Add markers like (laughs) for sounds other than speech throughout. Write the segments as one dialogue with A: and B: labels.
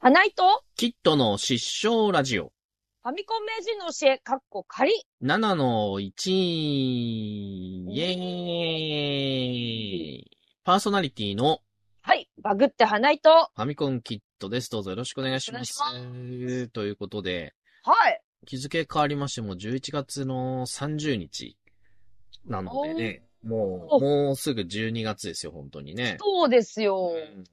A: 花井と
B: キットの失笑ラジオ
A: ファミコン名人の教え、かっこ仮。
B: 7の1、イエーイパーソナリティの
A: はい。バグって花井と。は
B: ファミコンキットです。どうぞよろしくお願いします。
A: お
B: ということで、
A: い。
B: 日付変わりましても11月の30日なのでね、もう、
A: お
B: もうすぐ12月ですよ、本当にね。
A: そうですよ。
B: うん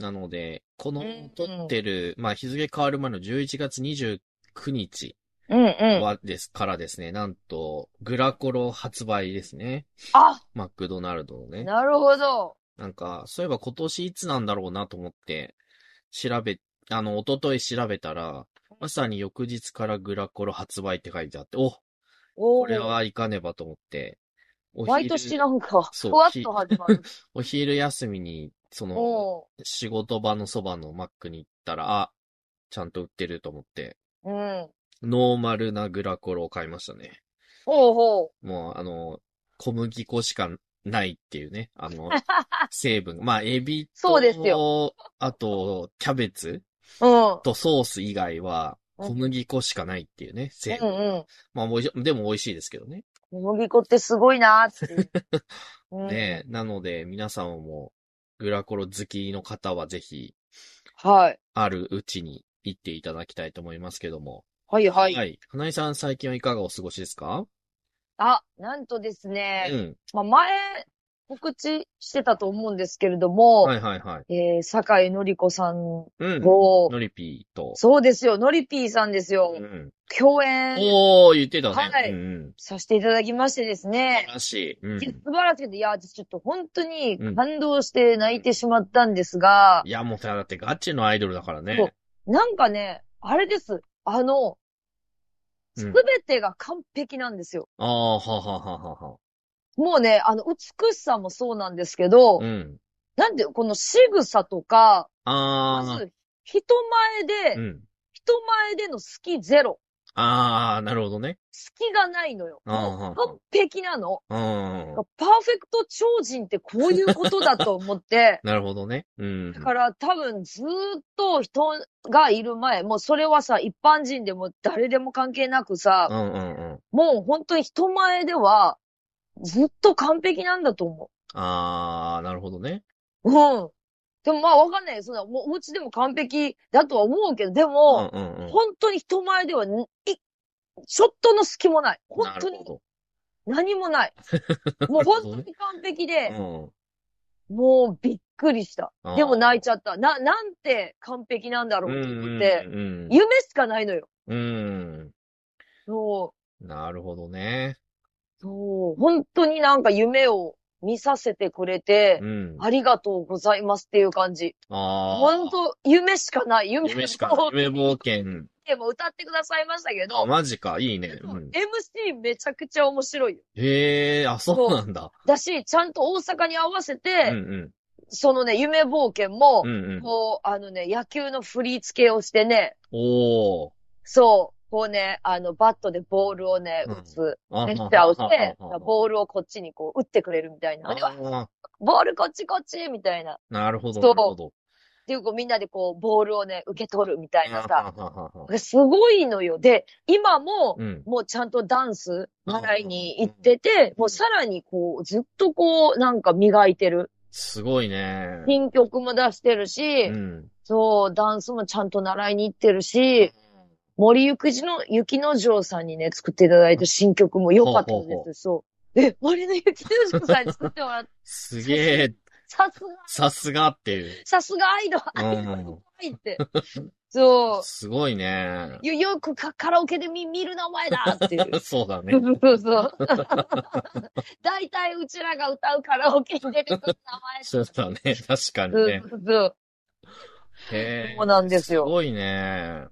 B: なので、この
A: うん
B: 撮ってる、まあ日付変わる前の11月29日
A: うんうん。
B: はです、からですね、なんと、グラコロ発売ですね。
A: あ、
B: マクドナルドのね。
A: なるほど。
B: なんか、そういえば今年いつなんだろうなと思って、調べ、あの、一昨日調べたら、まさに翌日からグラコロ発売って書いてあって、お
A: お
B: これ
A: ー。
B: はいかねばと思って、お昼
A: 毎年なんか、
B: そう
A: ふわっと始まる。
B: お昼休みに、その、
A: お
B: 仕事場のそばのマックに行ったら、あ、ちゃんと売ってると思って、
A: ー。うん。
B: ノーマルなグラコロを買いましたね。
A: ほうほ
B: もう、あの、小麦粉しかないっていうね、
A: (laughs)
B: あの、成分。まあ、エビと、
A: そうです
B: あと、キャベツ
A: う。うん。
B: とソース以外
A: う
B: は、
A: ん
B: 小麦粉しかないっていうね、成
A: う
B: 分。
A: んうん。
B: まあ、おいしでも美味しいですけどね。
A: 小麦粉ってすごいなーって
B: (laughs)
A: いう。うん
B: ねなので、皆さんも、グラコロ好きの方はぜひ、
A: はい。
B: あるうちに行っていただきたいと思いますけども。
A: はいはい。
B: はい。花井さん、最近はいかがお過ごしですか
A: あ、なんとです
B: う
A: ね。
B: ん。
A: まあ、前、告知してたと思うんですけれども、
B: はいはいはい。
A: えー、坂井のりこさん
B: うん。
A: を、
B: のりぴーと。
A: そうですよ、のりぴーさんですよ
B: う。ん。
A: 共演
B: おー、言ってたね。
A: はい
B: うんうん。
A: させていただきましてです
B: 素晴
A: ね。
B: らしい。うん
A: いや素晴らしくて、いや、ちょっと本当に
B: うん
A: 感動して泣いてしまったんですが
B: い、や、もうさ、だってガチのアイドルだからね。
A: そうなんかね、あれです。あの、
B: う
A: す
B: ん
A: べてが完璧なんですよ。
B: ああ、はあはあはあはあは
A: もうね、あの、美しさもそうなんですけど、
B: あ。うん。
A: なんで、この仕草とか、ま
B: あ
A: ず、人前
B: あ、う
A: で、
B: ん。
A: 人前での隙ゼロ。
B: ああ、なるほどね。
A: 隙がないのよ。
B: あー
A: も
B: は
A: う
B: ー
A: 完璧なの。
B: うん。
A: パーフェクト超人ってこういうことだと思って、
B: なるほどね。うん
A: だ。から多分ずーっと人がいる前、もうそれはさ、一般人でも誰でも関係なく
B: う
A: さ、
B: んうんうん。
A: もう本当に人前では、ずっと完璧なんだと思
B: ああ、なるほどね。
A: う。うん。でもまあわかんない。そんな、もうお家でも完璧だとは思うけど、で
B: うん
A: も、
B: うんうん。
A: 本当に人前では、い、ちょっとの隙もない。本当に
B: なるほ
A: 何もない。
B: ど。
A: もう本当
B: (laughs) なる
A: に完璧で、
B: ほ
A: もうびっくりした。
B: どね。うん。
A: でも
B: い
A: 泣いちゃった。な、なんて完璧なんだ
B: う
A: ろ
B: ん
A: う
B: う
A: と
B: ん
A: 思
B: う
A: って、
B: ん
A: 夢しかないのよ。
B: うん。うん。
A: そ
B: なるほどね。
A: う、そう、本当になんか夢を見させてくれて
B: う、ん。
A: ありがとうございますっていう感じ。
B: ああ。
A: 本当夢しかない。夢
B: 夢しかない。夢冒険。
A: でも歌ってくださいましたけ
B: あ、
A: ど、
B: マジか。いいね。
A: そう
B: うん。
A: MC めちゃくちゃ面白いよ。
B: へえ、あ、そうなんだ。
A: だし、ちゃんと大阪に合わせ
B: うん
A: て、
B: うん。
A: そのね、夢冒険も
B: う、んうん。
A: こう、あのね、野球の振り付けをしてね、
B: おー。
A: そう、こうね、あの、バットでボールをね、
B: うん
A: 打つ。
B: あ
A: ジェスチャーを
B: あ
A: して、
B: あ
A: ボールをこっちにこう打ってくれるみたいな。
B: あ
A: では
B: ああ
A: ボールこっちこっちみたいな。
B: なるほど、
A: そ
B: な
A: う
B: るほど。
A: で、こうみんなでこうボールをね、受け取るみたいなさ。
B: ああああああ
A: すごいのよ。で、今も、
B: うん。
A: もうちゃんとダンス、
B: うん
A: 習いに行ってて、もうさらにこう、ずっとこう、なんか磨いてる。
B: すごいね。
A: 新曲も出してるし
B: う、ん。
A: そう、ダンスもちゃんと習いに行ってるし、森ゆくじの、雪の城さんにね、作っていただいた新曲も良かったんです
B: ほうほうほ
A: よ。そう。え、森の雪の城さんに作ってもらって、
B: すげえ、
A: さすが
B: さすがっていう。
A: さすがアイドル、
B: うん
A: アイドルっぽいって。そ
B: すごいね
A: う。。よ、よくかカラオケで見、見る名前だって
B: (laughs)
A: いう。
B: そうだね
A: そ。うそうそう。 (laughs) 大体うちらが歌うカラオケに出てくる名前。
B: そうだね。確かに
A: そう
B: ね。
A: そうそう。
B: へえ
A: そうなんですよ
B: すごいね。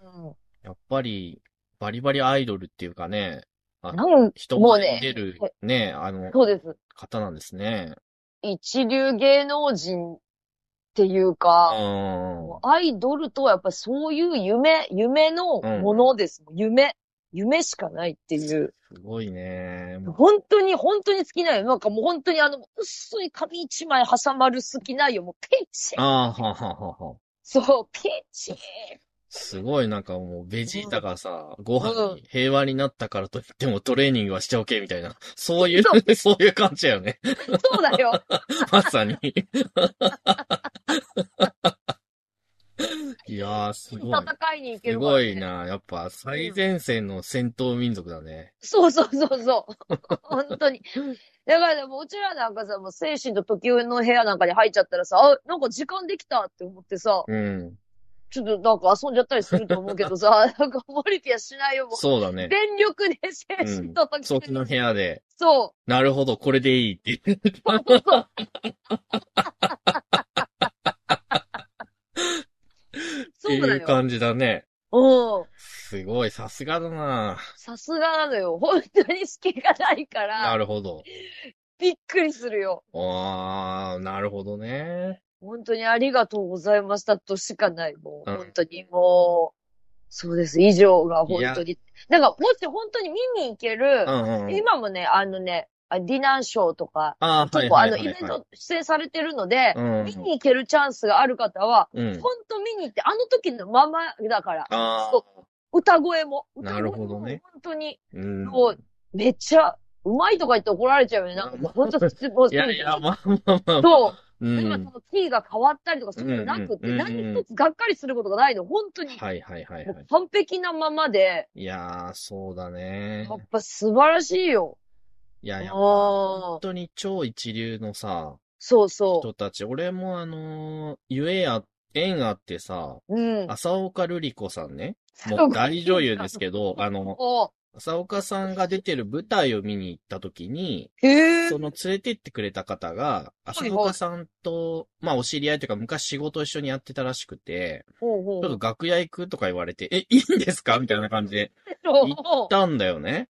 A: う
B: やっぱり、バリバリアイドルっていうかね、
A: んなん
B: 人
A: もう
B: 前
A: ね
B: に出るね、あの、
A: そうです。
B: 方なんですね。
A: 一流芸能人っていう
B: う
A: か、
B: ん。
A: アイドルとはやっぱそういう夢、夢のものです。夢。夢しかないっていう。
B: すごいね。
A: 本当に、本当に好きなよ。なんかもう本当にあの、薄い紙一枚挟まる好きなよ。もう、ペンチ
B: ああ、はあはあはあはあ。
A: そう、ピーチ
B: すごいなんかもうベジータがさ、ご
A: う
B: 飯
A: ん
B: に平和になったからといってもトレーニングはしちゃおけみたいな。そういう、 (laughs) そういう感じだ
A: (laughs)
B: よね。
A: そうだよ。
B: まさ
A: (laughs)
B: に。いやー、 (laughs) すごい。
A: 戦いに行け
B: す
A: るから、
B: ごい。な。やっぱ最前線の戦闘民族だね。
A: そうそうそう
B: (laughs)
A: そう。本当に。だからでもうちらなんかさ、もう精神と時の部屋なんかに入っちゃったらさ、あ、なんか時間できたって思ってさ、
B: うん。
A: ちょっとなんか遊んじゃったりすると思うけど
B: (laughs)
A: さ、なんかモリピアしないよ、もう。
B: そうだね。
A: 全力で精神と時
B: 早期の部屋で、
A: そ
B: なるほど、これでいいって言って。
A: (laughs) う。
B: っ
A: そ
B: て
A: うだ
B: いう
A: よ。
B: 感じだね。
A: うん。
B: すごい、さすがだな。
A: さすがなのよ。本当に隙がないか
B: な
A: ら、
B: るほど。
A: びっくりするよ。
B: あー、なるほどね。
A: 本当にありがとうございましたとしかない、もう。
B: うん
A: 本当にもう、そうです。以上が本当に。だから、もし本当に見に行ける
B: う、んうん。
A: 今もね、あのね、あディナーショーとか、
B: あー、は
A: 結
B: い
A: 構
B: は
A: あ
B: いは
A: の、
B: い、
A: イ
B: は
A: ベ
B: い
A: ン。ト出演されてるので、
B: うん
A: 見に行けるチャンスがある方は、
B: うん。うん。
A: 本当見に行って、あの時のままだから、
B: あ
A: そう歌声も。
B: なるほ
A: 歌
B: どね
A: 声も本当に、
B: ー、うん。
A: もう、めっちゃ、うまいとか言って怒られちゃうよね。なんか、
B: まあ
A: 本当に、もう、
B: いやいや、まあまあまあ。
A: そう。
B: う
A: 今
B: ん
A: そ。のキーが変わったりとかそういうのなくって、
B: うんうんうんうん
A: 何一つがっかりすることがないの、本当に。
B: はいはいはい
A: も
B: は
A: う
B: い。
A: 完璧なままで、
B: いやー、そうだね
A: や。っぱ素晴らしいよ。
B: いや、
A: あ
B: やっぱ
A: あ
B: 本、当に超一流のさ、
A: そうそ
B: 人たち。俺もあのー、ゆえや、縁あってさ、
A: う。うん。
B: 浅岡瑠璃子さんね。
A: そ
B: も
A: う
B: う大女優ですけど、あの、
A: (laughs) お
B: 浅岡さんが出てる舞台を見に行った時に、
A: へえ。
B: その連れてってくれた方が、
A: はい
B: 浅岡さんと、まあお知り合いというか昔仕事一緒にやってたらしくて、
A: ほう
B: ち
A: ほ
B: ょっ
A: う
B: と楽屋行くとか言われて、え、いいんですかみたいな感じで行
A: ほ
B: っ
A: う。
B: たんだよね。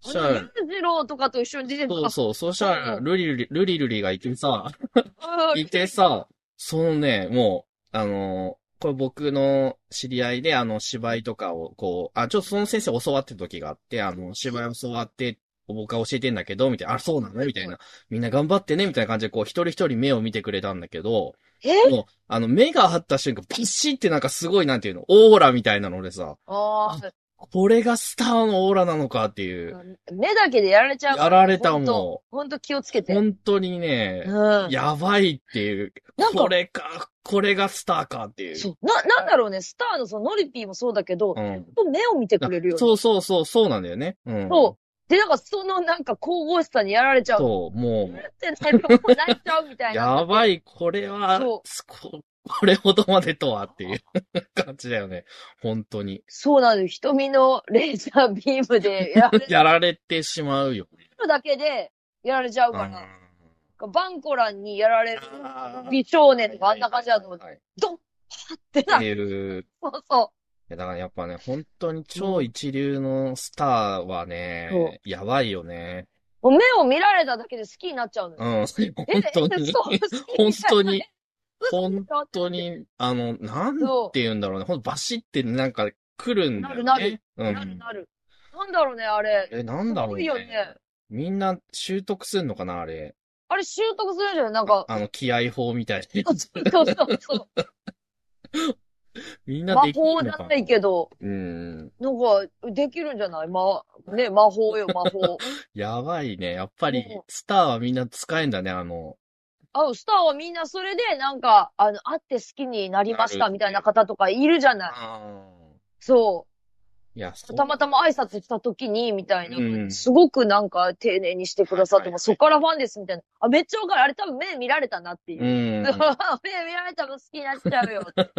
B: そした
A: あの、
B: ら
A: ゆ、うじろうとかと一緒に出てた。
B: そうそう、そしたら、
A: うん
B: ルリルリ、ルリルリがいてさ、
A: うん
B: いてさ、そのね、もう、あのーこれ僕の知り合いで、あの、芝居とかを、こう、あ、ちょっとその先生教わってる時があって、あの、芝居教わって、僕は教えてんだけど、みたいな、あ、そうなのみたいな、みんな頑張ってね、みたいな感じで、こう、一人一人目を見てくれたんだけど、
A: え
B: もう、あの、目が張った瞬間、ピシってなんかすごい、なんていうの、オーラみたいなのでさ、
A: あ
B: これがスターのオーラなのかっていう、
A: あ、目だけでやられちゃうから。
B: やられた
A: ほんと。
B: も
A: ほんと気をつけ
B: う、
A: て。うん。
B: 本当にね、やばいっていう。
A: なんか
B: これか、これがスターかっていう。
A: そう。な、なんだろうね、スターのそのノリピーもそうだけど、
B: う
A: ほ
B: ん
A: んと目を見てくれるよね。
B: そうそうそう、そうなんだよね。うん。
A: そう。で、なんかそのなんか神々しさにやられちゃう。
B: そう、も
A: う
B: う、
A: ってなるもう泣いちゃうみたいな。
B: やばい、これは
A: そ、
B: ここれほどまでとはっていう (laughs) 感じだよね。本当に。
A: そうなのよ。瞳のレーザービームでやられる
B: やられてしまうよね。
A: だけでやられちゃう
B: うん
A: から。バンコランにやられる
B: あー
A: 美少年とかあんな感じだと思って、
B: はい
A: ドンパって
B: っ
A: な
B: て。いう。い
A: そうそ
B: やだからやっぱね、本当に超一流のスターはね、やばいよね。
A: う。もう目を見られただけで好きになっちゃうの
B: う
A: よ。
B: ん、本
A: え
B: 当
A: え
B: に
A: そ。う
B: 本当に。
A: 本
B: 本当。に、あの、なん
A: そう
B: て言うんだろうね。ほんとバシってなんか来るんだよね。
A: なる
B: う。
A: なんるなる。なんだろうね、あれ。
B: え、なんだろうね。
A: すごいよね
B: みんな習得すんのかな、あれ。
A: あれ習得するじゃん。なん
B: (laughs)
A: か、
B: あの、気合法みたいに。
A: そうそうそう。
B: みんな
A: 魔
B: できるの
A: 法
B: か
A: じ
B: な。
A: ゃないけど。
B: うん。
A: なんか、できるんじゃないま、ね、魔法よ、魔
B: (laughs)
A: 法。
B: やばいね。やっぱり
A: そう、
B: スターはみんな使えんだね、あの。
A: あ、スターはみんなそれで、なんか、あの、会って好きになりました、
B: なる
A: みたいな方とかいるじゃない。そ。
B: いや、そうう
A: たまたま挨拶した時に、みたいな。
B: うん
A: すごくなんか、丁寧にしてくださって、
B: はいはいはい
A: もうそっからファンです、みたいな。あ、めっちゃわかる。あれ多分目見られたなっていう。 (laughs)
B: うん。い
A: 目
B: や
A: 見られたら好きになっちゃう
B: (laughs)
A: よって。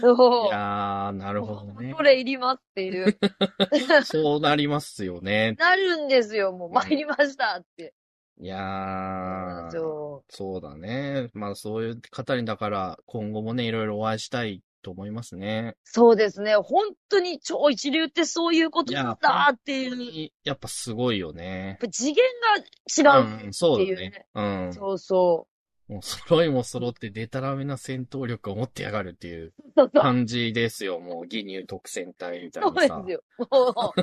A: そう。
B: ー、なるほどね
A: こ。れいりますっていう。
B: (laughs) そうなりますよね。
A: なるんですよ、もう。参りましたって。
B: いやー。
A: そう。
B: そうだね。まあそういう方にだから今後もね、いろいろお会いしたいと思いますね。
A: そうですね。本当に超一流ってそういうことなんだっていう。やっ
B: やっぱすごいよね。
A: ぱ次元が違う。
B: うん、そうだ
A: っていう
B: ね
A: ね。
B: うん。
A: そうそ
B: もう揃いも揃ってデタラメな戦闘力を持ってやがるっていう
A: う。そうそう。
B: 感じですよ。もう義乳特戦隊みたい
A: そう
B: な
A: で
B: さ
A: す。よ。もう、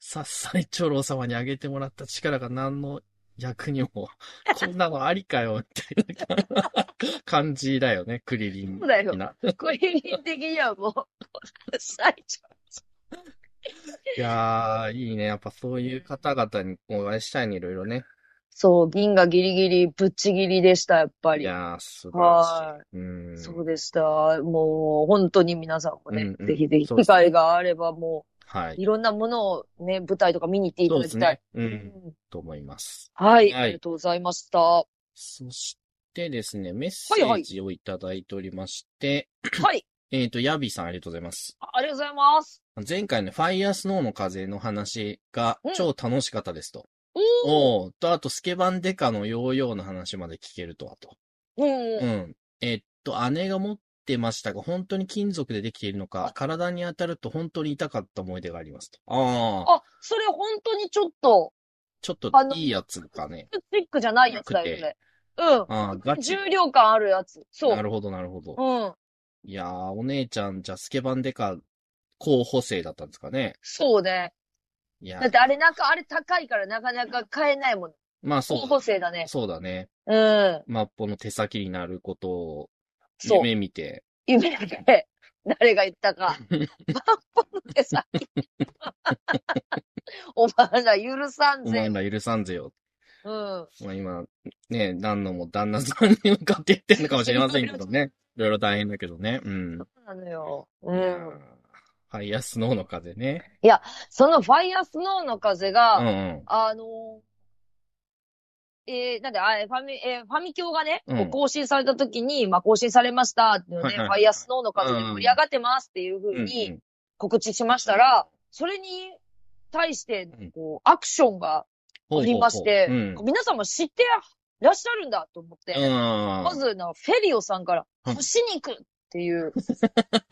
B: さっさり長老様にあげてもらった力が何の逆にもう、こんなのありかよ、みたいな (laughs) 感じだよね、クリリン
A: そうだよ
B: 的な。
A: 個人的にはもう、 (laughs) 最初。
B: いやー、いいね。やっぱそういう方々にお会いしたいね、いろいろね。
A: そう、銀がギリギリ、ぶっちぎりでした、やっぱ
B: い
A: り。
B: やー、素晴ら
A: は
B: しい。うん。
A: そうでした。もう、本当に皆さんもね、
B: うんうん
A: ぜひぜひ、
B: そうで
A: 機
B: すね
A: 会があれば、も
B: は
A: う、
B: い。
A: いろんなものをね、舞台とか見に行っていた
B: そ
A: だ
B: うです
A: きたい。
B: ね。う。
A: うんん
B: と思います。
A: はい、
B: はい
A: ありがとうございました。は
B: そしてですね、メッセ
A: はい
B: ージをいただいておりまして、
A: い、
B: えっ、と、ヤビーさんありがとうございます。
A: ありがとうございます。
B: 前回のファイヤースノーの風の話が
A: うん
B: 超楽しかったですと。
A: お
B: おーと、あと、スケバンデカのヨーヨーの話まで聞けるとはと。
A: うん、
B: う
A: うん、
B: ん。えっと、姉が持ってましたが、本当に金属でできているのか、体に当たると本当に痛かった思い出がありますと。ああ、
A: あ、それ本当にちょっと、
B: ちょっと
A: あの
B: いいやつかね。
A: スティックじゃないやつだよね。う
B: ああ、ガ
A: ん。
B: チ。
A: 重量感あるやつ。そう。
B: なるほど、なるほど。
A: うん。
B: いやー、お姉ちゃん、じゃあスケバンデカ候補生だったんですかね。
A: そうね。
B: いや
A: だっ、てあれなんか、あれ高いからなかなか買えないもん。
B: まあ
A: 候
B: そ
A: 補生だね
B: う、。そうだね。
A: うん。
B: マッポの手先になることを
A: そう。
B: 夢見て、
A: 夢で、誰が言った
B: (laughs)
A: か。パンポンってさ、お前ら許さん
B: お
A: ぜ
B: 前。ら許さんぜよ。
A: うん。
B: まあ今、ね、何のも旦那さんに向かって言ってんのかもしれませんけ
A: (laughs)
B: どね。いろいろ大変だけどね。うん。
A: そうなのよ。
B: う
A: う。ん。
B: ファイヤースノーの風ね。
A: そのファイアスノーの風が、
B: うんうん。
A: あのーえー、なんで、あえーファミ、えーファミ教がね、
B: うん
A: こう更新された時に、まあ、更新されましたっていうね、
B: はいはい
A: ファイアスノーの風で盛り上がってますっていうふ
B: うんう
A: うんに告知しましたら、それに対して
B: うん、
A: こう、アクションが
B: ほうほうほう
A: ありまして、
B: うん。
A: 皆さんも知ってらっしゃるんだと思って、
B: うん
A: まずな、フェリオさんから、
B: うん
A: 星に行くって
B: (laughs)
A: いう、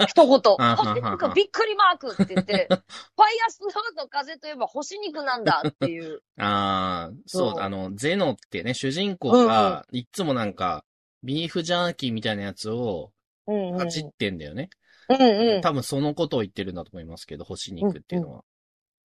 A: 一言、
B: あ
A: 星に行くびっくりマークって言って、
B: (laughs)
A: ファイアスノーの風といえば星肉なんだって
B: (laughs)
A: いう。
B: ああ、そう、
A: そう
B: あの、ゼノってね、主人公
A: うん
B: が、いっつもなんか、ビーフジャーキーみたいなやつを、
A: うんうん。
B: かじってんだよね。
A: うんうん。
B: 多分そのことを言ってるんだと思いますけど、星肉っていうのは。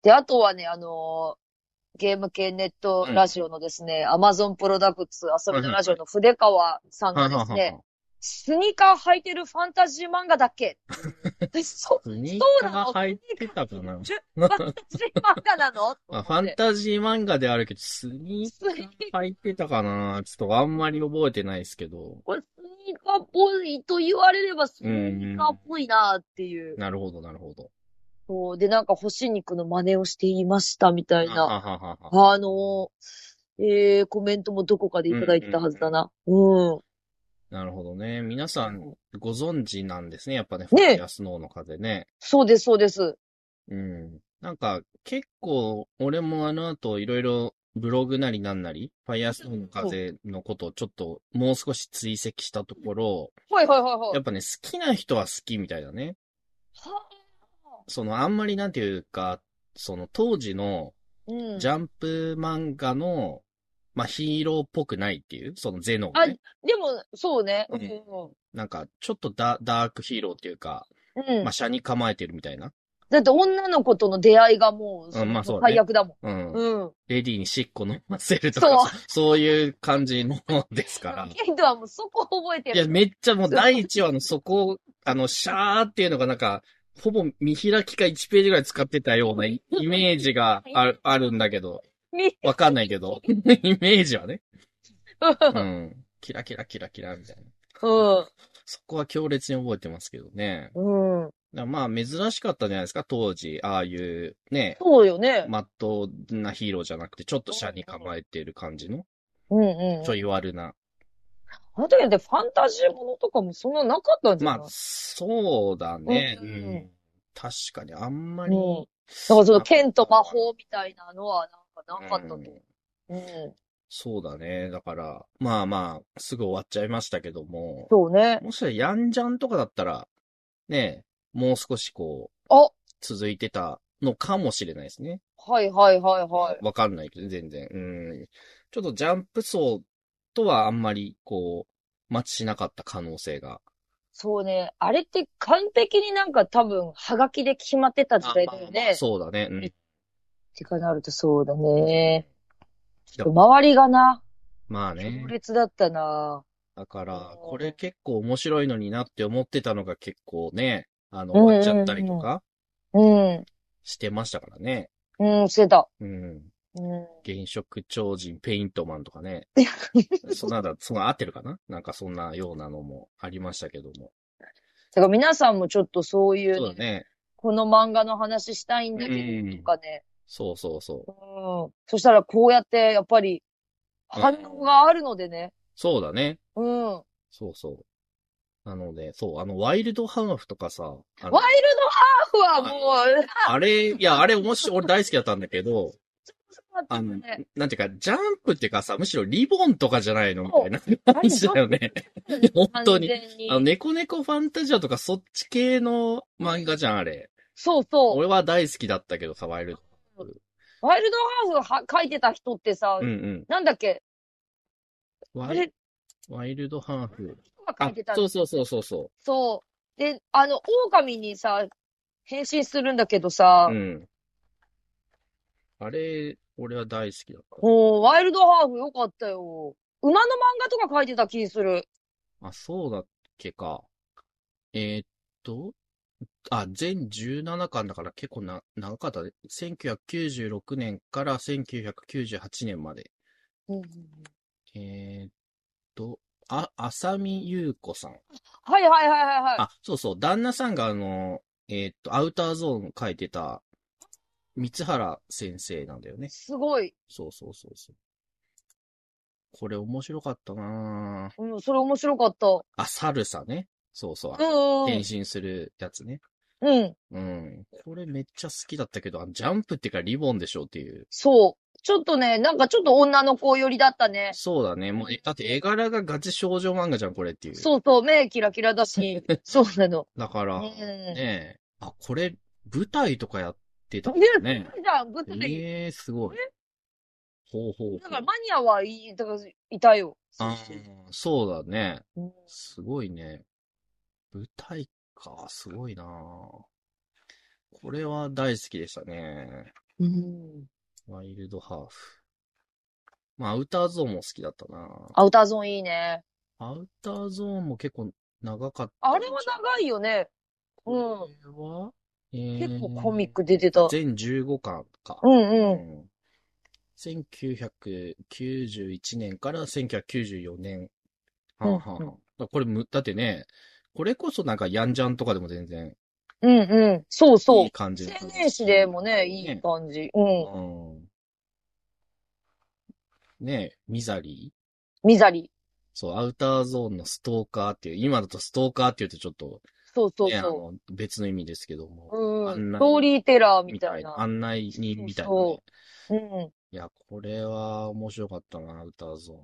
A: で、あとはね、あのーゲーム系ネットラジオのですね、アマゾンプロダクツ遊びのラジオの筆川さんがですね、スニーカー履いてるファンタジー漫画だっけ (laughs) そ
B: スニーカーが入ってたかな
A: う、じゅファンタジー漫画なの
B: まあ、ファンタジー漫画ではあるけど、スニーカー入ってたかなちょっとあんまり覚えてないですけど。
A: これスニーカーっぽいと言われればスニーカーっぽいなっていう。
B: なるほど、なるほど。
A: そうで、なんか星肉の真似をしていましたみたい
B: あ
A: な。
B: はははは
A: あのーえー、コメントもどこかでいただいてたはずだな。うん。
B: なるほどね。皆さんご存知なんですね。やっぱね、フ
A: ね
B: ァイヤースノーの風ね。
A: そうです、そうです。
B: うん。なんか、結構、俺もあの後、いろいろブログなりなんなり、ファイヤースノーの風のことをちょっと、もう少し追跡したところ、
A: はいはいはいはい
B: やっ。ぱね、好きな人は好きみたいだね。
A: は
B: その、あんまりなんていうか、その当時の
A: うん。
B: ジャンプ漫画の、まあ、ヒーローっぽくないっていう、そのゼノが
A: あ、
B: ね。
A: でも、そうね。
B: う
A: うんん。
B: なんか、ちょっとダダークヒーローっていうか、
A: うん
B: まあ、。車に構えてるみたいな。
A: だって女の子との出会いがもう、
B: うんまあそうね
A: 最悪だもん。
B: うん。
A: うん。
B: レディーに尻尾飲ませるとか、
A: そう
B: そそういう感じのですから。
A: ケイトはもうそこ覚えて
B: いや、
A: る。
B: めっちゃもう第1話のそこ、あの、シャーっていうのがなんか、ほぼ見開きか1ページぐらい使ってたようなイイメージがあるあるんだけど、
A: み
B: わかんないけど、イメージはね。
A: うん
B: うん。キラキラキラキラみたいな。
A: う
B: そこは強烈に覚えてますけどね。
A: ん。うん。
B: だからまあ珍しかったんじゃないですか、当時。ああいうね、
A: そうよね。
B: まっとうなヒーローじゃなくて、ちょっと車に構えてる感じの、
A: うんうん。
B: ちょい悪な。
A: あの時だってファンタジーものとかもそんななかったんじゃない
B: まあ、そうだね。う
A: うん
B: ん。確かに、あんま
A: うん。
B: り。
A: だからその剣と魔法みたいなのはなんかなかったと
B: うん
A: 思う。うん。
B: そうだね。だから、まあまあ、すぐ終わっちゃいましたけども、
A: そうね。
B: もしかしたらヤンジャンとかだったら、ね、もう少しこう、
A: あ
B: 続いてたのかもしれないですね。
A: はいはいはいはい。
B: わかんないけど、全然。うん。ちょっとジャンプ層とはあんまり、こう、マッチしなかった可能性が。
A: そうね。あれって完璧になんか多分、はがきで決まってた時代だよ
B: まあまあまあ
A: ね。
B: そうだね。うん。
A: ってかなるとそうだね。周りがな、
B: まあね
A: 強。烈だったな。
B: だか
A: う
B: ら、
A: ん
B: これ結構面白いのになって思ってたのが結構ね、あの、
A: うんうんうん
B: 終わっちゃったりとか
A: うん。
B: してましたからね。
A: うん、してた。
B: うん。
A: うん。
B: 現職超人、ペイントマンと
A: (laughs)
B: かね。そんなだ、その合ってるかななんかそんなようなのもありましたけども。
A: だから皆さんもちょっとそうい
B: そう
A: う
B: だ、ね。
A: この漫画の話したいんだけ
B: うん
A: ど、とかね。
B: そうそうそう
A: う。ん。そしたらこうやって、やっぱり、反応があるのでね。
B: そうだね。
A: うん。ワ
B: そうそう。なので、そう、あの、ワイルドハーフとかさ、あ
A: イルド
B: の
A: ハーフはもう、
B: あれ、いや、あれ面白い、俺大好きだったんだけど、
A: そうだ
B: あ
A: った
B: の
A: ね。、
B: なんていうか、ジャンプっていうかさ、むしろリボンとかじゃないのみたいな感じだよね。本当に
A: 完全に
B: あの、猫猫ファンタジアとかそっち系の漫画じゃん、あれ。
A: そうそう。
B: 俺は大好きだったけどさ、ワイルド。
A: ワイルドハーフは書いてた人ってさ
B: うん、うん。
A: なんだっけ
B: ワ
A: あ
B: イ
A: れ、
B: ワイルドハーフ。
A: が
B: あ
A: 書いてた、
B: そうそうそうそうそ
A: そう。で、あの、狼にさ、変身するんだけどさ、
B: う。うん。あれ、俺は大好きだっ
A: もう、ワイルドハーフよかったよ。馬の漫画とか書いてた気する。
B: た。あ、そうだっけか。えーっと、あ、全17巻だから結構な、長かったで。1996年から1998年まで。えーっと、あ、浅見優子さん。
A: はいはいはいはいはい。
B: あ、そうそう、旦那さんがあの、えーっと、アウターゾーン書いてた、三原先生なんだよね。
A: すごい。
B: そうそうそうそう。これ面白かったなぁ
A: うん、それ面白かった。
B: あ、サルサね。そうそう
A: う。んうん
B: 変身するやつね。
A: うん。うん。
B: うん。これめっちゃ好きだったけど、あのジャンプっていうかリボンでしょっていう。
A: そう。ちょっとね、なんかちょっと女の子寄りだったね。
B: そうだね。もう、えだって絵柄がガチ少女漫画じゃん、これっていう。
A: そうそう、目キラキラだ
B: (laughs)
A: し。そうなの。
B: だから、
A: ねえ
B: ねえ。あ、これ、舞台とかやってたん
A: いや
B: だね。
A: じゃあ、舞台。
B: ええー、すごい。ほうほうほう。
A: だからマニアはいい、だからいたよ。
B: あーそうだね。
A: うん
B: すごいね。舞台か、すごいなこれは大好きでしたね。
A: うん。
B: ワイルドハーフ。まあ、アウターゾーンも好きだったな
A: アウターゾーンいいね。
B: アウターゾーンも結構長かった。
A: あれは長いよね。
B: こ
A: うん
B: れは、えー
A: 結構コミック出てた。
B: 全15巻か。
A: うんうん。
B: うん1991年から1994年。はあはあ
A: うんうん
B: だこれむ、だってね、これこそなんかヤンジャンとかでも全然
A: うんうん。そうそ
B: いうい。感じの
A: 青年誌でもね、いい感じ。うん。
B: うん。ねえ、ミザリー
A: ミザリ。
B: そう、アウターゾーンのストーカーっていう、今だとストーカーって言うとちょっと、
A: そうそう
B: ね、あ
A: そ
B: の別の意味ですけども、
A: う。う
B: 案
A: ん。
B: 内
A: ストーリーテラーみ
B: み
A: た
B: た
A: い
B: いな、
A: な。
B: 案内人みたいな、ね。
A: そううん。
B: いや、これは面白かったな、歌うゾーン。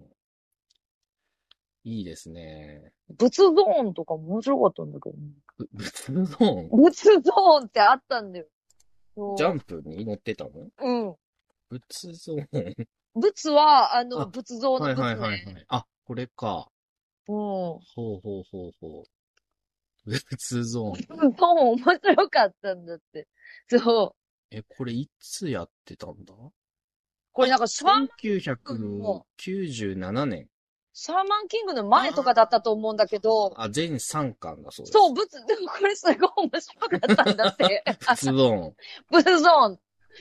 B: いいですね。
A: 仏ゾーンとかも面白かったんだけどね。
B: ぶ仏ゾーン
A: 仏ゾーンってあったんだよ。そう
B: ジャンプに乗ってたの
A: うん。
B: 仏ゾーン
A: 仏は、あ
B: あ
A: の、仏像
B: は
A: の
B: い
A: 仏
B: はいはいは
A: ね。
B: い。あ、これか。
A: うん。
B: ほうほうほうほう。仏ゾーン。
A: 仏ゾーン面白かったんだって。そう。
B: え、これいつやってたんだ
A: これなんかシャーマン、
B: ?1997 年。
A: シャーマンキングの前とかだったと思うんだけど、
B: あ、全3巻だそうです。
A: そう、仏、でもこれすごい面白かったんだ
B: (laughs)
A: って。
B: 仏ゾーン。
A: 仏ゾーン。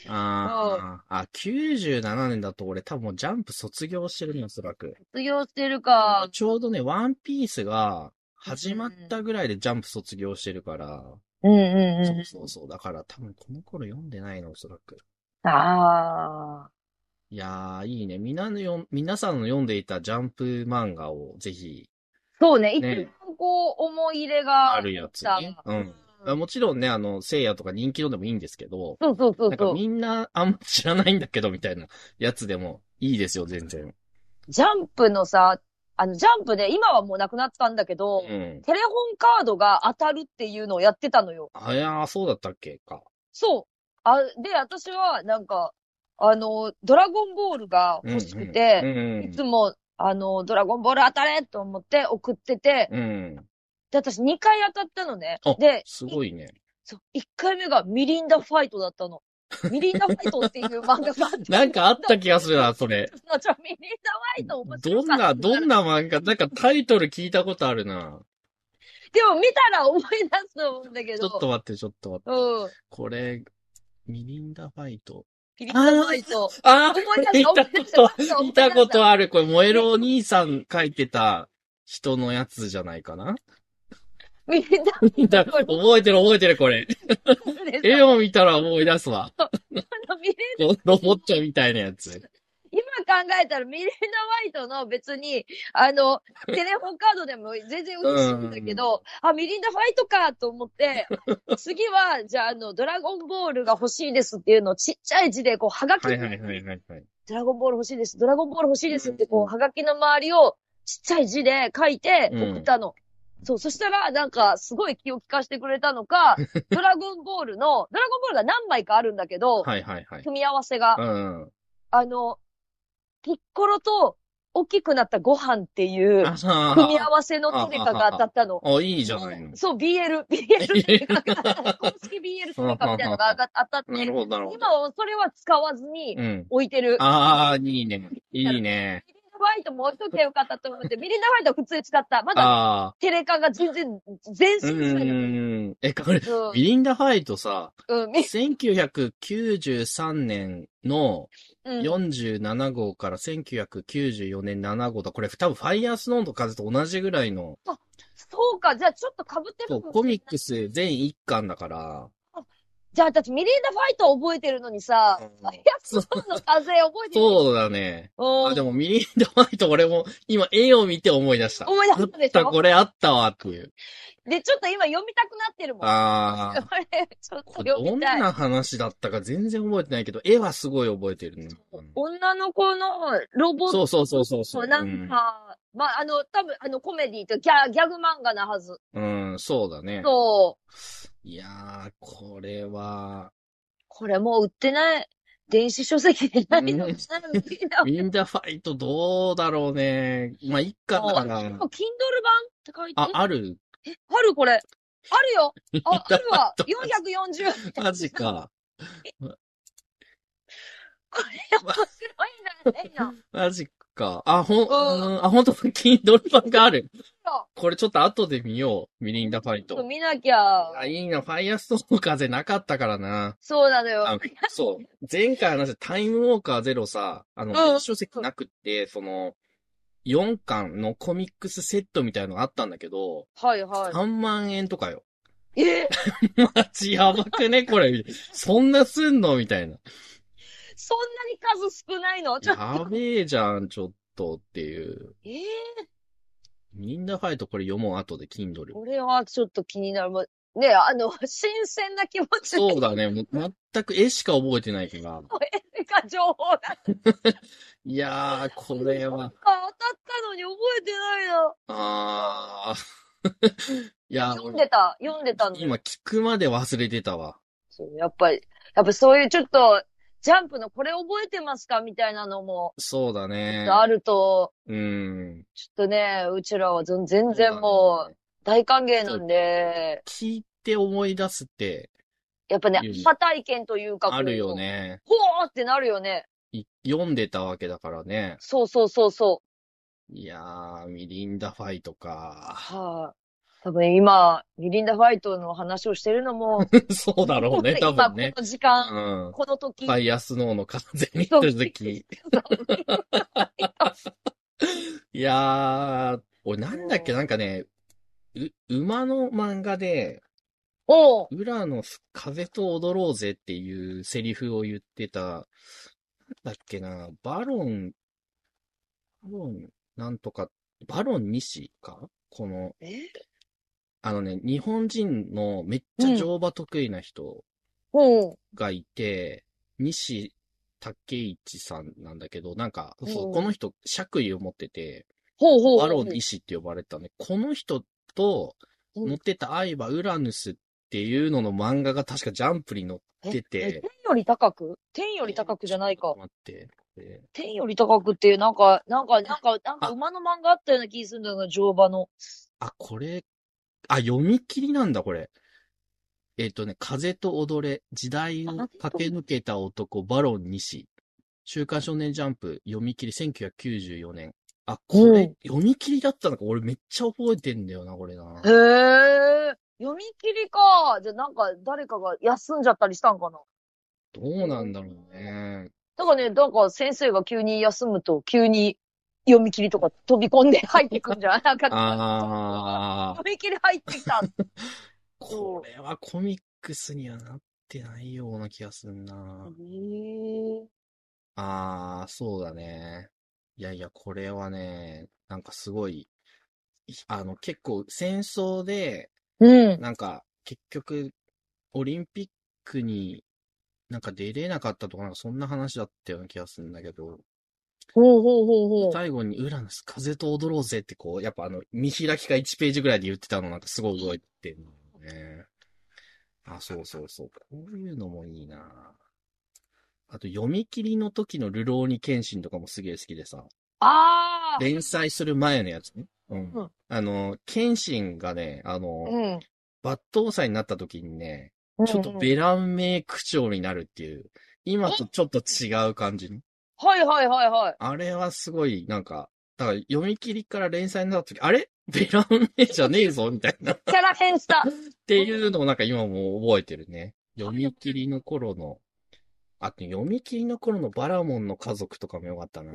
B: あーあ、97年だと俺多分もうジャンプ卒業してるの、おそらく。
A: 卒業してるか。
B: ちょうどね、ワンピースが始まったぐらいでジャンプ卒業してるから、
A: うんうん
B: そうそうそう。だから多分この頃読んでないの、おそらく。
A: ん。ああ。
B: いやー、いいね。みんなのよ、皆さんの読んでいたジャンプ漫画をぜひ、
A: そうね、一
B: ね
A: 番こう、思い入れが
B: あるやつね
A: あった
B: うんあもちろんね、あの、聖夜とか人気のでもいいんですけど、
A: そうそうそう
B: なん
A: そ
B: か
A: う。
B: みんなあんま知らないんだけど、みたいなやつでもいいですよ、全然。
A: ジャンプのさ、あの、ジャンプで、今はもうなくなったんだけど、
B: うん。
A: テレホンカードが当たるっていうのをやってたのよ。
B: あ、いやー、そうだったっけか。
A: そう。あ、で、私は、なんか、あの、ドラゴンボールが欲しくて、
B: うん
A: いつも、あの、ドラゴンボール当たれと思って送ってて、
B: うん。うん。
A: で、私2回当たったのね
B: あ。
A: で、
B: すごいね。
A: そう、1回目がミリンダファイトだったの。ミリンダ・ファイトっていう漫画があって。
B: (laughs) なんかあった気がするな、それ。
A: (laughs) そうちょミリンダ・ファイト面白
B: どん
A: かった
B: な、どんな漫画、なんかタイトル聞いたことあるな。
A: でも見たら思い出すと思うんだけ
B: ちょ
A: ど。
B: っと待って、ちょっと待って。
A: うん。
B: これ、ミリンダファイト。
A: ミリンダ・ファイト。
B: ああ
A: 思い出
B: 見
A: した思
B: た
A: い出
B: こ
A: した
B: と
A: 思い出した、
B: 見たことある。これ、燃えるお兄さん書いてた人のやつじゃないかな
A: ミリンダ・ファイト。(laughs)
B: だ覚えてる覚えてる、これ。絵を見たら思い出
A: (laughs)
B: すわ。
A: ミリン
B: ロボッチャみたいなやつ。
A: 今考えたらミリンダ・ワイトの別に、あ
B: (laughs)
A: の、テレフォンカードでも全然嬉しいんだけど、あ、ミリンダ・ファイトかと思って、次は、じゃあ、あの、ドラゴンボールが欲しいですっていうのをちっちゃい字で、こう、はがき
B: は
A: に、
B: いはいはいはいはい。
A: ドラゴンボール欲しいです、ドラゴンボール欲しいですって、こ
B: うん
A: う、はがきの周りをちっちゃい字で書いて
B: うん
A: 送ったの。そう、そしたら、なんか、すごい気を利かしてくれたの
B: (laughs)
A: か、ドラゴンボールの、ドラゴンボールが何枚かあるんだけど、
B: はいはいはい。
A: 組み合わせが
B: う。ん。
A: あの、ピッコロと大きくなったご飯っていう
B: あさ
A: 組み合わせのトレカが当たったの。
B: あ、いいじゃない
A: (laughs)
B: の。
A: そう、BL、BL
B: (laughs)
A: トレカが、公式 BL トレカみたいなのが当たっ
B: なる
A: て、
B: ほど、なるほど。
A: 今はそれは使わずに
B: うん。
A: 置いてる。
B: ああ、いいね。いいね。
A: ミリンダファイトも置いとけばよかったと思って、ミリンダファイトは普通に使った。まだ
B: ああ。
A: テレカが全然、全身
B: う
A: しない。
B: ーん。え、これ、
A: うん
B: ミリンダ・ファイトさ、
A: うん、み
B: 1993年の
A: うん。
B: 47号から1994年7号だ。これ多分ファイヤースノーンと風と同じぐらいの、
A: そうか、じゃあちょっと被って
B: そ
A: る
B: う
A: かも
B: コ
A: しれない
B: ミックス全一巻だから、
A: じゃあ、だってミリンダファイト覚えてるのにさ、
B: うん
A: やつの風覚えてる。
B: そうだね。
A: うん
B: あ、でもミリンダ・ファイト俺も今絵を見て思い出した。
A: 思い出したでし
B: あった
A: ょ
B: これあったわっていう。
A: で、ちょっと今読みたくなってるもん。
B: ああ。
A: これ、ちょっと
B: これ
A: 読
B: どん
A: みたい。
B: な話だったか全然覚えてないけど、絵はすごい覚えてるね。うん
A: 女の子のロボッ
B: そ
A: ト
B: うそうそうそうそう。
A: のなんか、まあ、あの、多分あの、コメディとギャギャグ漫画なはず。
B: うん、うん、そうだね。
A: そう。
B: いやー、これは、
A: これもう売ってない。電子書籍でないの
B: う
A: 売
B: ん
A: ってないの売ってない
B: ミンダファイトどうだろうね。まあ、一巻だか
A: で
B: ら
A: も、Kindle 版、って書いて
B: あ、
A: あ
B: ある。。
A: るこれ。あるよ。あ、あるわ
B: ど
A: 440。
B: マジか。
A: これ面白い
B: (laughs)
A: な。ええな。
B: マジか。あ、ほん、
A: うん
B: うんあ、ほんと、キンドル版がある
A: そ。
B: これちょっと後で見よう。ミリンダファイ
A: ちょっと
B: ト。
A: 見なきゃ。
B: あ、いいな。ファイアストーンの風なかったからな。
A: そうなのよ。
B: あそう。前回話したタイムウォーカーゼロさ、あの、
A: うん
B: 電子書籍なくって、その、4巻のコミックスセットみたいのがあったんだけど、
A: はいは
B: 3万円とかよ。 (laughs)
A: い。え
B: マジやばくねこれ。そんなすんのみたいな。
A: そんなに数少ないのちょっ
B: やべえじゃん、ちょっとっていう。
A: えー、
B: みんなファイトこれ読もう後で、Kindle。
A: これはちょっと気になる。もうねあの、新鮮な気持ち
B: そうだね。もう全く絵しか覚えてないから。
A: が情報が
B: いやー、これは。
A: 当たったのに覚えてないな。
B: あー。 (laughs) いやー、
A: 読んでた、読んでたの。
B: 今聞くまで忘れてたわ。
A: そうやっぱり、やっぱそういうちょっと、ジャンプのこれ覚えてますかみたいなのも、
B: そうだね。
A: あると、
B: うん。
A: ちょっとね、うちらは全全然もう、大歓迎なんで、
B: 聞いて思い出すって
A: やっぱね
B: いいね、
A: 破体験というか、
B: あるよ
A: こ
B: ね。
A: う。ほーってなるよね。
B: い読んでたわけだからね。
A: そうそうそうそう。
B: いやー、ミリンダファイトか。
A: はい、多分今、ミリンダ・ファイトの話をしてるのも、
B: (laughs) (laughs) そうだろうね、多
A: 今
B: 分ね
A: こ。の時
B: う
A: 間、
B: ん。フ
A: この時。
B: ァイアスノーの完全に行ってる時。いやー、俺なんだっけ、なんかね、う、馬の漫画で、
A: おう
B: 裏の風と踊ろうぜっていうセリフを言ってた、なんだっけな、バロン、バロン、なんとか、バロン西かこの、
A: え
B: あのね、日本人のめっちゃ乗馬得意な人
A: おう
B: がいて、西武一さんなんだけど、なんか、そう
A: うん
B: この人、爵位を持ってて、
A: ほうほう。
B: バロン西って呼ばれてたね。この人と
A: うん
B: 乗ってた愛はウラヌスっていうのの漫画が確かジャンプに載って
A: え
B: て
A: 天。より高く天より高くじゃない
B: ちょ
A: か
B: っと。待って。これ
A: 天より高くっていう、なんか、なんか、なんか、なんか馬の漫画あったような気がするんだよな、乗馬の。
B: あ、これ、あ、読み切りなんだ、これ。えっ、とね、風と踊れ、時代を駆け抜けた男、バロン西。週刊少年ジャンプ、読み切り、1994年。あ、これ、読み切りだったのか、俺めっちゃ覚えてんだよな、これな。
A: へえ。読み切りか。じゃあなんか誰かが休んじゃったりしたんかな。
B: どうなんだろうね。
A: だからね、なんか先生が急に休むと、急に読み切りとか飛び込んで入ってくんじ
B: (laughs)
A: ゃなかった。
B: あ
A: (laughs)
B: あ
A: 読、み切り入ってき
B: (laughs)
A: た。
B: これはコミックスにはなってないような気がするな。
A: へえ。
B: ああ、そうだね。いやいや、これはね、なんかすごい、いあの、結構戦争で、
A: うん。
B: なんか、結局、オリンピックになんか出れなかったとか、なんかそんな話だったような気がするんだけど、
A: ほうほうほうほう。
B: 最後にウラヌス風と踊ろうぜってこう、やっぱあの、見開きか1ページぐらいで言ってたのなんかすごい動いてるのよね。あ、そうそうそう。こういうのもいいなあと、読み切りの時のルローニケンシンとかもすげえ好きでさ。
A: ああ。
B: 連載する前のやつね。うん。
A: うん
B: あの、謙信がね、あの、
A: うん。
B: 抜刀斎になった時にね、ちょっと
A: うん
B: ベラン名区長になるっていう、今とちょっと違う感じの。
A: はいはいはいはい。
B: あれはすごい、なんか、だから読み切りから連載になった時、あれ (laughs) ベラン名じゃねえぞ、みたいな。っ
A: キャラ変した。
B: ていうのをなんか今もう覚えてるね。読み切りの頃の、あと読み切りの頃のバラモンの家族とかもよかったな。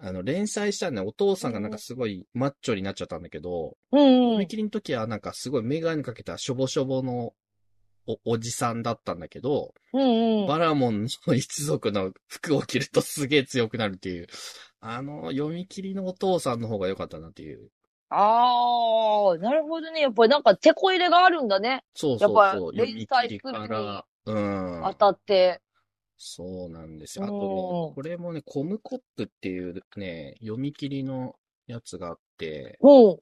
B: あの、連載したね、お父さんがなんかすごいマッチョになっちゃったんだけど、
A: うんう
B: 読み
A: ん。
B: 切りの時はなんかすごいメガネかけたしょぼしょぼのおおじさんだったんだけど、 (laughs)
A: うんうん。
B: バラモンの一族の服を着るとすげえ強くなるっていう、あの読み切りのお父さんの方が良かったなっていう。
A: ああ、なるほどね。やっぱりなんか手こ入れがあるんだね。
B: そうそう
A: やっぱ
B: そう。読み
A: 連
B: 切
A: 載
B: り
A: す
B: か
A: るに
B: ら、うん。
A: 当たって。
B: そうなんですよ。あと
A: お
B: ね
A: ー、
B: これもね、コムコップっていうね、読み切りのやつがあって、
A: うん。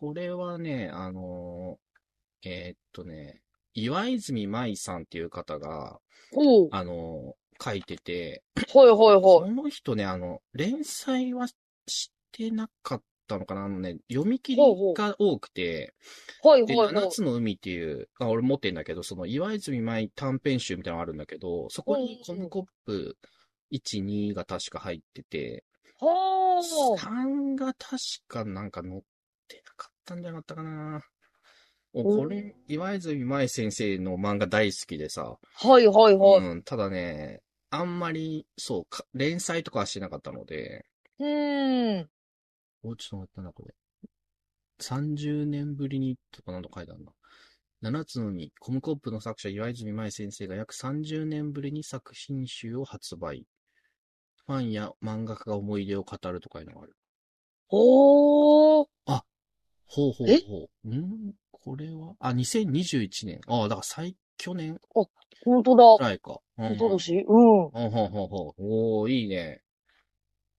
B: これはね、あのーえーっとね、岩泉舞さんっていう方が、
A: おう。
B: あのー書いてて、
A: はいはい
B: こ
A: はい。
B: の人ね、あの、連載はしてなかったのかなあのね、読み切り
A: ほうほう
B: が多くて、
A: はい
B: で、
A: はいは
B: 7
A: い。
B: つの海っていう、あ、俺持ってんだけど、その岩泉舞短編集みたいなのがあるんだけど、そこにコ
A: うんうん
B: ムコップ1、2が確か入ってて、
A: はあ。
B: 3が確かなんか載ってなかったんじゃなかったかな。おこれ、岩泉舞先生の漫画大好きでさ、
A: はいはいはい。
B: うん、ただね、あんまり、そうか、連載とかはしてなかったので、
A: うーん。
B: お、ちょっと待ってな、これ。30年ぶりにとかなんと書いてあるな。7つの海、コムコップの作者岩泉舞先生が約30年ぶりに作品集を発売。ファンや漫画家が思い出を語るとかいうのがある。
A: おー。
B: ほうほう
A: え
B: ほう。んこれはあ、2021年。ああ、だから最、去年
A: ほんと
B: く
A: だ。
B: らいか。うん
A: おととしうん。
B: ほうほうほうほう。おー、いいね。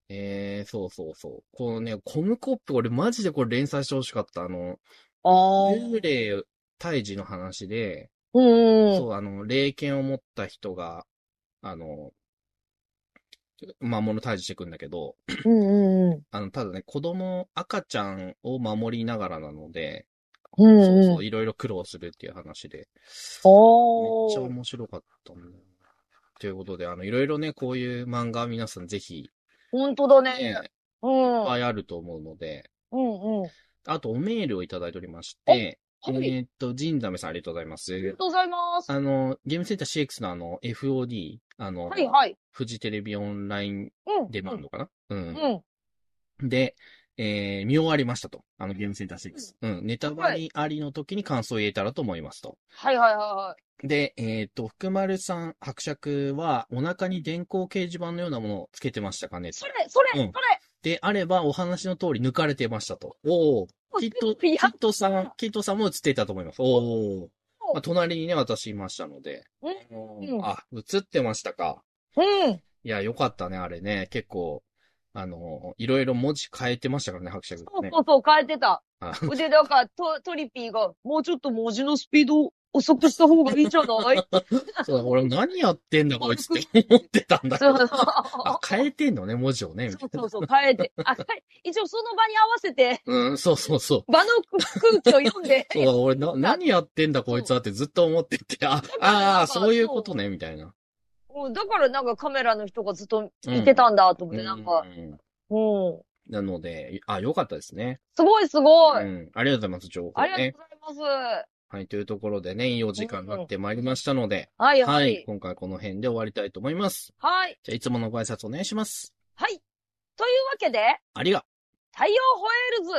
B: えー、そうそうそう。このね、コムコップ、俺マジでこれ連載してほしかった。あの、
A: あー。
B: 幽霊退治の話で、
A: うんうん。
B: そう、あの、霊剣を持った人が、あの、魔物退治していくんだけど、
A: うんうんうん。
B: あの、ただね、子供、赤ちゃんを守りながらなので、
A: うんうん
B: そうそう、いろいろ苦労するっていう話で、めっちゃ
A: あー。
B: 面白かったんだよな。ということで、あの、いろいろね、こういう漫画は皆さんぜひ、
A: ほんとだ
B: ね、い
A: ね。
B: っ
A: うん。うん
B: ぱいあると思うので、
A: うん。はい。
B: あとおメールをいただいておりまし
A: あ
B: て、
A: はい
B: えーっと、ジンダメさんありがとうございます。
A: ありがとうございます。
B: あの、ゲームセンター CX のあの、FOD、あの、
A: はいはい。
B: フジテレビオンライン
A: うん。
B: デマンドかな、うん、
A: うん。
B: で、えー、見終わりましたと。あの、ゲームセンター6。うん。ネタバレありの時に感想を言えたらと思いますと。
A: はいはいはいは
B: で、えっ、と、福丸さん、伯爵は、お腹に電光掲示板のようなものをつけてましたかね
A: い。
B: と
A: それ、それ、そ
B: うん
A: れ。
B: で、あれば、お話の通り抜かれてましたと。おお。キット、キ
A: や
B: ットさん、キットさんも映っていたと思います。おお。まあ、隣にね、私いましたので。
A: うん
B: あのーあ、映ってましたか。
A: うん。
B: いや、よかったね、あれね。結構、あのー、いろいろ文字変えてましたからね、伯爵
A: そう
B: ね
A: (laughs) そ。うそう、変えてた。
B: あ
A: で、なんか、トトリピーが、もうちょっと文字のスピード遅くした方がいいんじゃない
B: (laughs) そうだ、俺何やってんだこいつって思ってたんだけ
A: そ
B: ど
A: う。
B: あ、変えてんのね、文字をね。みた
A: そ
B: いう
A: そうそう、変えて。あ、変え一応その場に合わせて、
B: なうん、そうそうそう。
A: 場の空気を読んで、
B: (laughs) そうだ、俺な、何やってんだこいつはってずっと思ってて、あ、ああ、そういうことね、みたいな。
A: うんだからなんかカメラの人がずっと
B: うん
A: いてたんだと思って、
B: う
A: なんか、
B: うん
A: うん。
B: なので、あ、よかったですね。
A: すごいすご
B: う
A: い。
B: ん。ありがとうございます、情報
A: あり
B: ね。
A: がとうございます。
B: はい、というところでね、いいお時間になってまいりましたので、
A: はいは
B: はい、
A: い。
B: 今回この辺で終わりたいと思います。
A: はい。
B: じゃあ、いつものご挨拶お願いします。
A: はい。というわけで、
B: ありが
A: 太陽ホエールズ